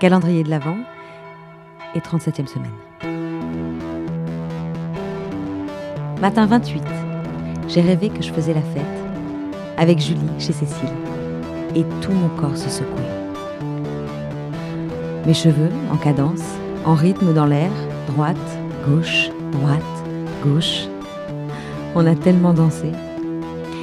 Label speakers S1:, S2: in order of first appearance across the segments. S1: calendrier de l'Avent et 37e semaine. Matin 28, j'ai rêvé que je faisais la fête avec Julie chez Cécile et tout mon corps se secouait. Mes cheveux en cadence, en rythme dans l'air, droite, gauche, droite, gauche. On a tellement dansé.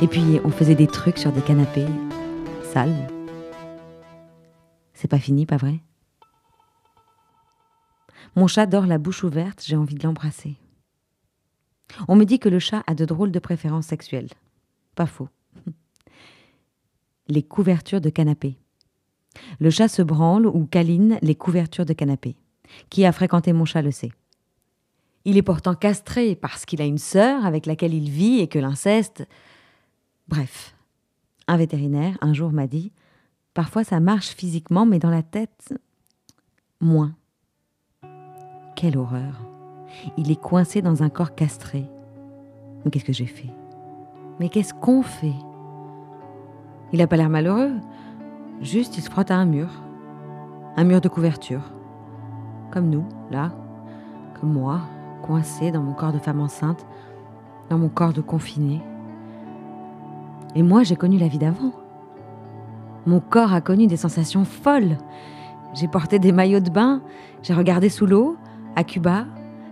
S1: Et puis on faisait des trucs sur des canapés sales. C'est pas fini, pas vrai Mon chat dort la bouche ouverte, j'ai envie de l'embrasser. On me dit que le chat a de drôles de préférences sexuelles. Pas faux. Les couvertures de canapé. Le chat se branle ou câline les couvertures de canapé. Qui a fréquenté mon chat le sait. Il est pourtant castré parce qu'il a une sœur avec laquelle il vit et que l'inceste. Bref, un vétérinaire un jour m'a dit Parfois ça marche physiquement, mais dans la tête, moins. Quelle horreur Il est coincé dans un corps castré. Mais qu'est-ce que j'ai fait Mais qu'est-ce qu'on fait Il n'a pas l'air malheureux. Juste, il se frotte à un mur. Un mur de couverture. Comme nous, là. Comme moi, coincé dans mon corps de femme enceinte, dans mon corps de confinée. Et moi, j'ai connu la vie d'avant. Mon corps a connu des sensations folles. J'ai porté des maillots de bain, j'ai regardé sous l'eau, à Cuba.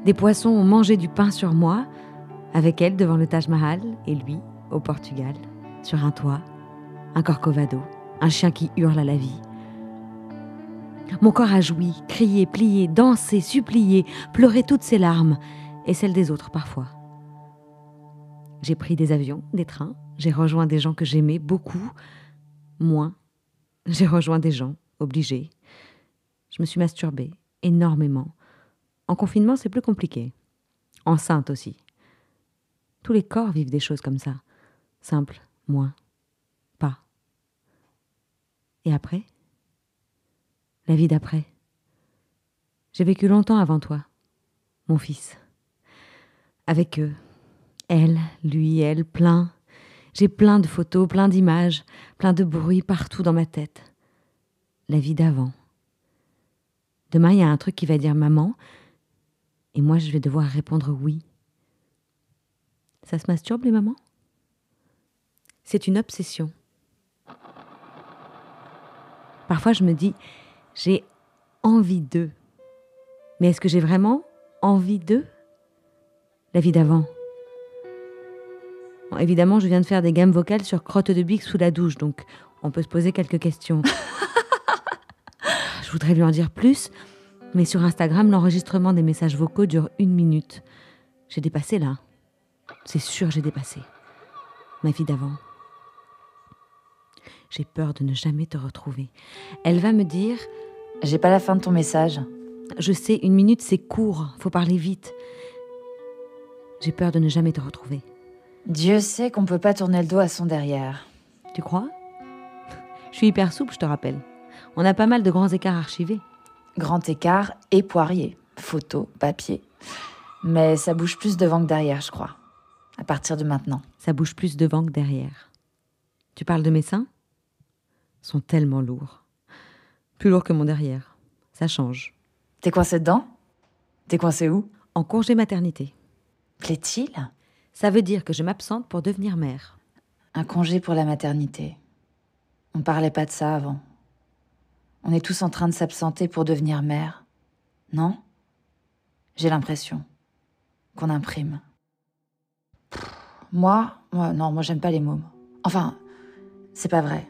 S1: Des poissons ont mangé du pain sur moi, avec elle devant le Taj Mahal et lui au Portugal, sur un toit, un corcovado, un chien qui hurle à la vie. Mon corps a joui, crié, plié, dansé, supplié, pleuré toutes ses larmes, et celles des autres parfois. J'ai pris des avions, des trains, j'ai rejoint des gens que j'aimais beaucoup, moins. J'ai rejoint des gens, obligés. Je me suis masturbée, énormément. En confinement, c'est plus compliqué. Enceinte aussi. Tous les corps vivent des choses comme ça. Simple, moins, pas. Et après La vie d'après. J'ai vécu longtemps avant toi, mon fils. Avec eux, elle, lui, elle, plein. J'ai plein de photos, plein d'images, plein de bruits partout dans ma tête. La vie d'avant. Demain, il y a un truc qui va dire maman, et moi, je vais devoir répondre oui. Ça se masturbe, les mamans C'est une obsession. Parfois, je me dis, j'ai envie d'eux. Mais est-ce que j'ai vraiment envie d'eux La vie d'avant. Bon, évidemment, je viens de faire des gammes vocales sur crotte de bique sous la douche, donc on peut se poser quelques questions. je voudrais lui en dire plus, mais sur Instagram, l'enregistrement des messages vocaux dure une minute. J'ai dépassé là. C'est sûr, j'ai dépassé. Ma vie d'avant. J'ai peur de ne jamais te retrouver. Elle va me dire
S2: J'ai pas la fin de ton message.
S1: Je sais, une minute c'est court, faut parler vite. J'ai peur de ne jamais te retrouver.
S2: Dieu sait qu'on peut pas tourner le dos à son derrière.
S1: Tu crois Je suis hyper souple, je te rappelle. On a pas mal de grands écarts archivés.
S2: Grand écart et poirier. Photo, papier. Mais ça bouge plus devant que derrière, je crois. À partir de maintenant.
S1: Ça bouge plus devant que derrière. Tu parles de mes seins Ils Sont tellement lourds. Plus lourds que mon derrière. Ça change.
S2: T'es coincé dedans T'es coincé où
S1: En congé maternité.
S2: Plaît-il
S1: Ça veut dire que je m'absente pour devenir mère.
S2: Un congé pour la maternité. On parlait pas de ça avant. On est tous en train de s'absenter pour devenir mère. Non J'ai l'impression qu'on imprime. Pff, Moi, moi, non, moi j'aime pas les mômes. Enfin, c'est pas vrai.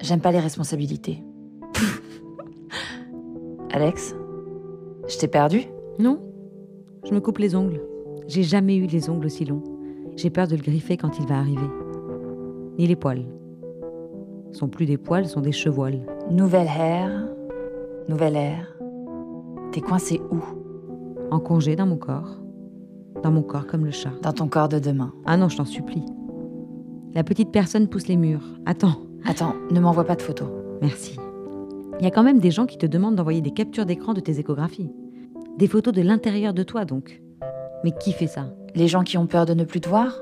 S2: J'aime pas les responsabilités. Pff. Alex, je t'ai perdu
S1: Non Je me coupe les ongles. J'ai jamais eu les ongles aussi longs. J'ai peur de le griffer quand il va arriver. Ni les poils. Ce sont plus des poils, ce sont des chevaux.
S2: Nouvelle ère, nouvelle ère. T'es coincé où
S1: en congé dans mon corps. Dans mon corps comme le chat.
S2: Dans ton corps de demain.
S1: Ah non, je t'en supplie. La petite personne pousse les murs. Attends,
S2: Attends, ne m'envoie pas de photos.
S1: merci. Il y a quand même des gens qui te demandent d'envoyer des captures d'écran de tes échographies. Des photos de l'intérieur de toi, donc. Mais qui fait ça
S2: Les gens qui ont peur de ne plus te voir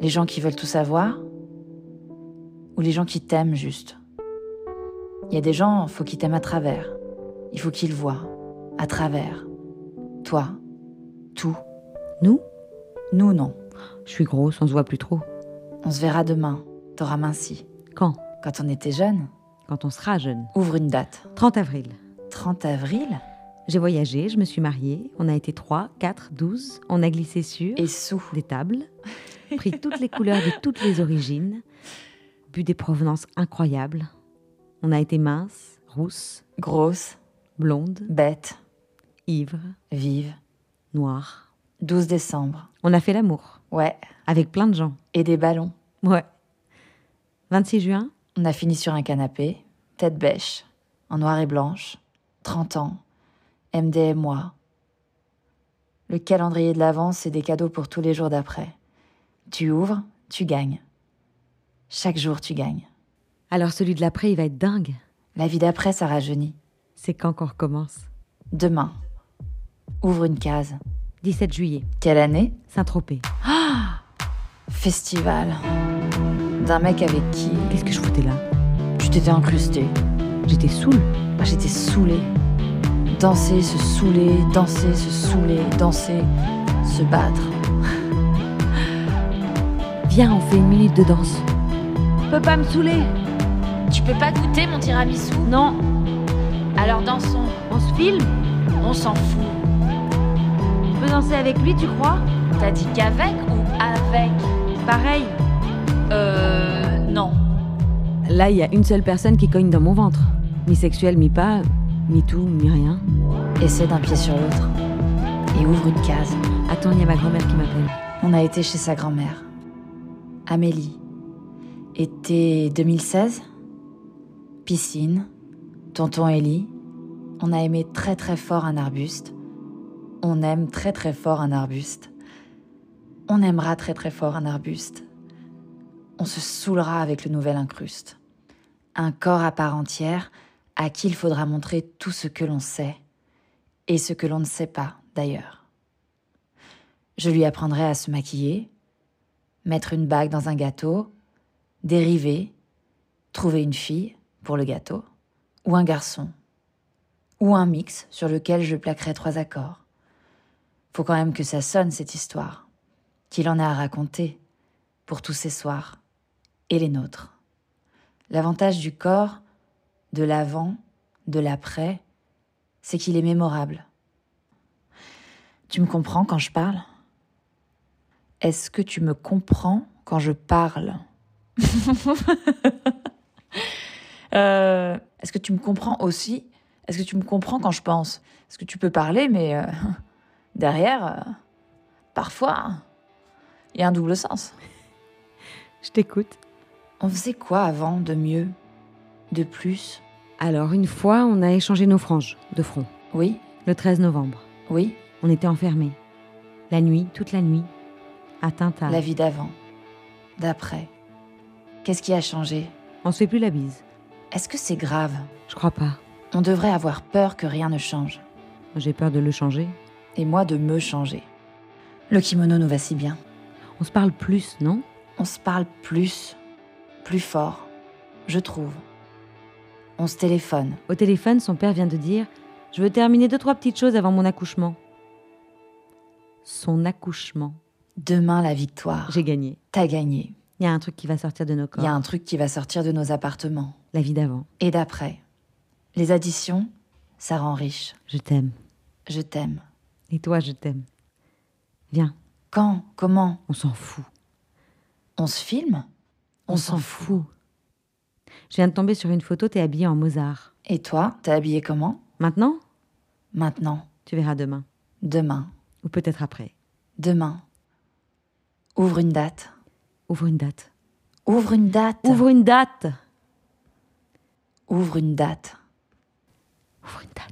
S2: Les gens qui veulent tout savoir Ou les gens qui t'aiment juste Il y a des gens, faut qu'ils t'aiment à travers. Il faut qu'ils voient. À travers. Toi. Tout.
S1: Nous
S2: Nous, non.
S1: Je suis grosse, on se voit plus trop.
S2: On se verra demain. T'auras minci.
S1: Quand
S2: Quand on était jeune,
S1: Quand on sera jeune.
S2: ouvre une date.
S1: 30 avril.
S2: 30 avril
S1: J'ai voyagé, je me suis mariée, on a été 3, 4, 12, on a glissé sur
S2: et sous.
S1: des tables, pris toutes les couleurs de toutes les origines, bu des provenances incroyables. On a été mince, rousse,
S2: Grosse,
S1: blonde,
S2: bête,
S1: ivre,
S2: vive.
S1: noire.
S2: 12 décembre.
S1: On a fait l'amour,
S2: Ouais.
S1: avec plein de gens.
S2: Et des ballons.
S1: Ouais. 26 juin,
S2: On a fini sur un canapé, tête bêche, en noir et blanche, 30 ans, MD et moi. Le calendrier de l'avance et des cadeaux pour tous les jours d'après. Tu ouvres, tu gagnes. Chaque jour, tu gagnes.
S1: alors celui de l'après, il va être dingue.
S2: La vie d'après, ça rajeunit.
S1: C'est quand qu'on recommence
S2: Demain, ouvre une case.
S1: 17 juillet,
S2: Quelle année
S1: Saint-Tropez.
S2: Festival. D'un mec avec qui
S1: Qu'est-ce que je foutais là
S2: tu t'étais incrusté.
S1: J'étais saoule.
S2: Ah, J'étais saoulée. Danser, se saouler, danser, se saouler, danser, se battre.
S1: Viens, on fait une minute de danse. Peux pas me saouler
S3: Tu peux pas goûter mon tiramisu
S1: Non,
S3: Alors dansons,
S1: on se filme
S3: on s'en fout.
S1: On peut danser avec lui, tu crois
S3: T'as dit qu'avec ou avec
S1: Pareil.
S3: Euh. Non.
S1: Là, il y a une seule personne qui cogne dans mon ventre. Mi sexuel, mi pas, mi tout, mi rien.
S2: Essaie d'un pied sur l'autre. Et ouvre une case.
S1: Attends, il y a ma grand-mère qui m'appelle.
S2: On a été chez sa grand-mère. Amélie. Été 2016. Piscine. Tonton Ellie. On a aimé très très fort un arbuste. On aime très très fort un arbuste. On aimera très très fort un arbuste. On se saoulera avec le nouvel incruste. Un corps à part entière à qui il faudra montrer tout ce que l'on sait et ce que l'on ne sait pas d'ailleurs. Je lui apprendrai à se maquiller, mettre une bague dans un gâteau, dériver, trouver une fille pour le gâteau, ou un garçon, ou un mix sur lequel je plaquerai trois accords. Faut quand même que ça sonne cette histoire, qu'il en a à raconter pour tous ces soirs et les nôtres. L'avantage du corps, de l'avant, de l'après, c'est qu'il est mémorable. Tu me comprends quand je parle Est-ce que tu me comprends quand je parle Euh, Est-ce que tu me comprends aussi Est-ce que tu me comprends quand je pense Est-ce que tu peux parler, mais euh, derrière, euh, parfois, il y a un double sens.
S1: Je t'écoute.
S2: On faisait quoi avant de mieux De plus
S1: Alors, une fois, on a échangé nos franges de front.
S2: Oui,
S1: Le 13 novembre,
S2: oui,
S1: on était enfermés. La nuit, toute la nuit. Atteinte à.
S2: la vie d'avant, d'après. Qu'est-ce qui a changé
S1: On se fait plus la bise.
S2: Est-ce que c'est grave
S1: Je crois pas.
S2: On devrait avoir peur que rien ne change,
S1: J'ai peur de le changer.
S2: et moi de me changer. Le kimono nous va si bien.
S1: On se parle plus, non
S2: On se parle plus, plus fort, je trouve. On se téléphone.
S1: Au téléphone, son père vient de dire Je veux terminer deux, trois petites choses avant mon accouchement. Son accouchement.
S2: Demain la victoire.
S1: J'ai gagné.
S2: T'as gagné.
S1: Il y a un truc qui va sortir de nos
S2: Il
S1: corps.
S2: y a un truc qui va sortir de nos appartements.
S1: La vie d'avant.
S2: Et d'après. Les additions, ça rend riche.
S1: Je t'aime.
S2: Je t'aime.
S1: Et toi, je t'aime. Viens,
S2: Quand Comment
S1: on s'en fout.
S2: On se filme On s'en
S1: fout. Je viens de tomber sur une photo, t'es habillée en Mozart.
S2: Et toi, t'es habillé comment
S1: Maintenant,
S2: Maintenant.
S1: tu verras demain.
S2: Demain.
S1: Ou peut-être après.
S2: Demain. Ouvre une date.
S1: Ouvre une date.
S2: Ouvre une date.
S1: Ouvre une date
S2: Ouvre une date.
S1: Ouvre une date.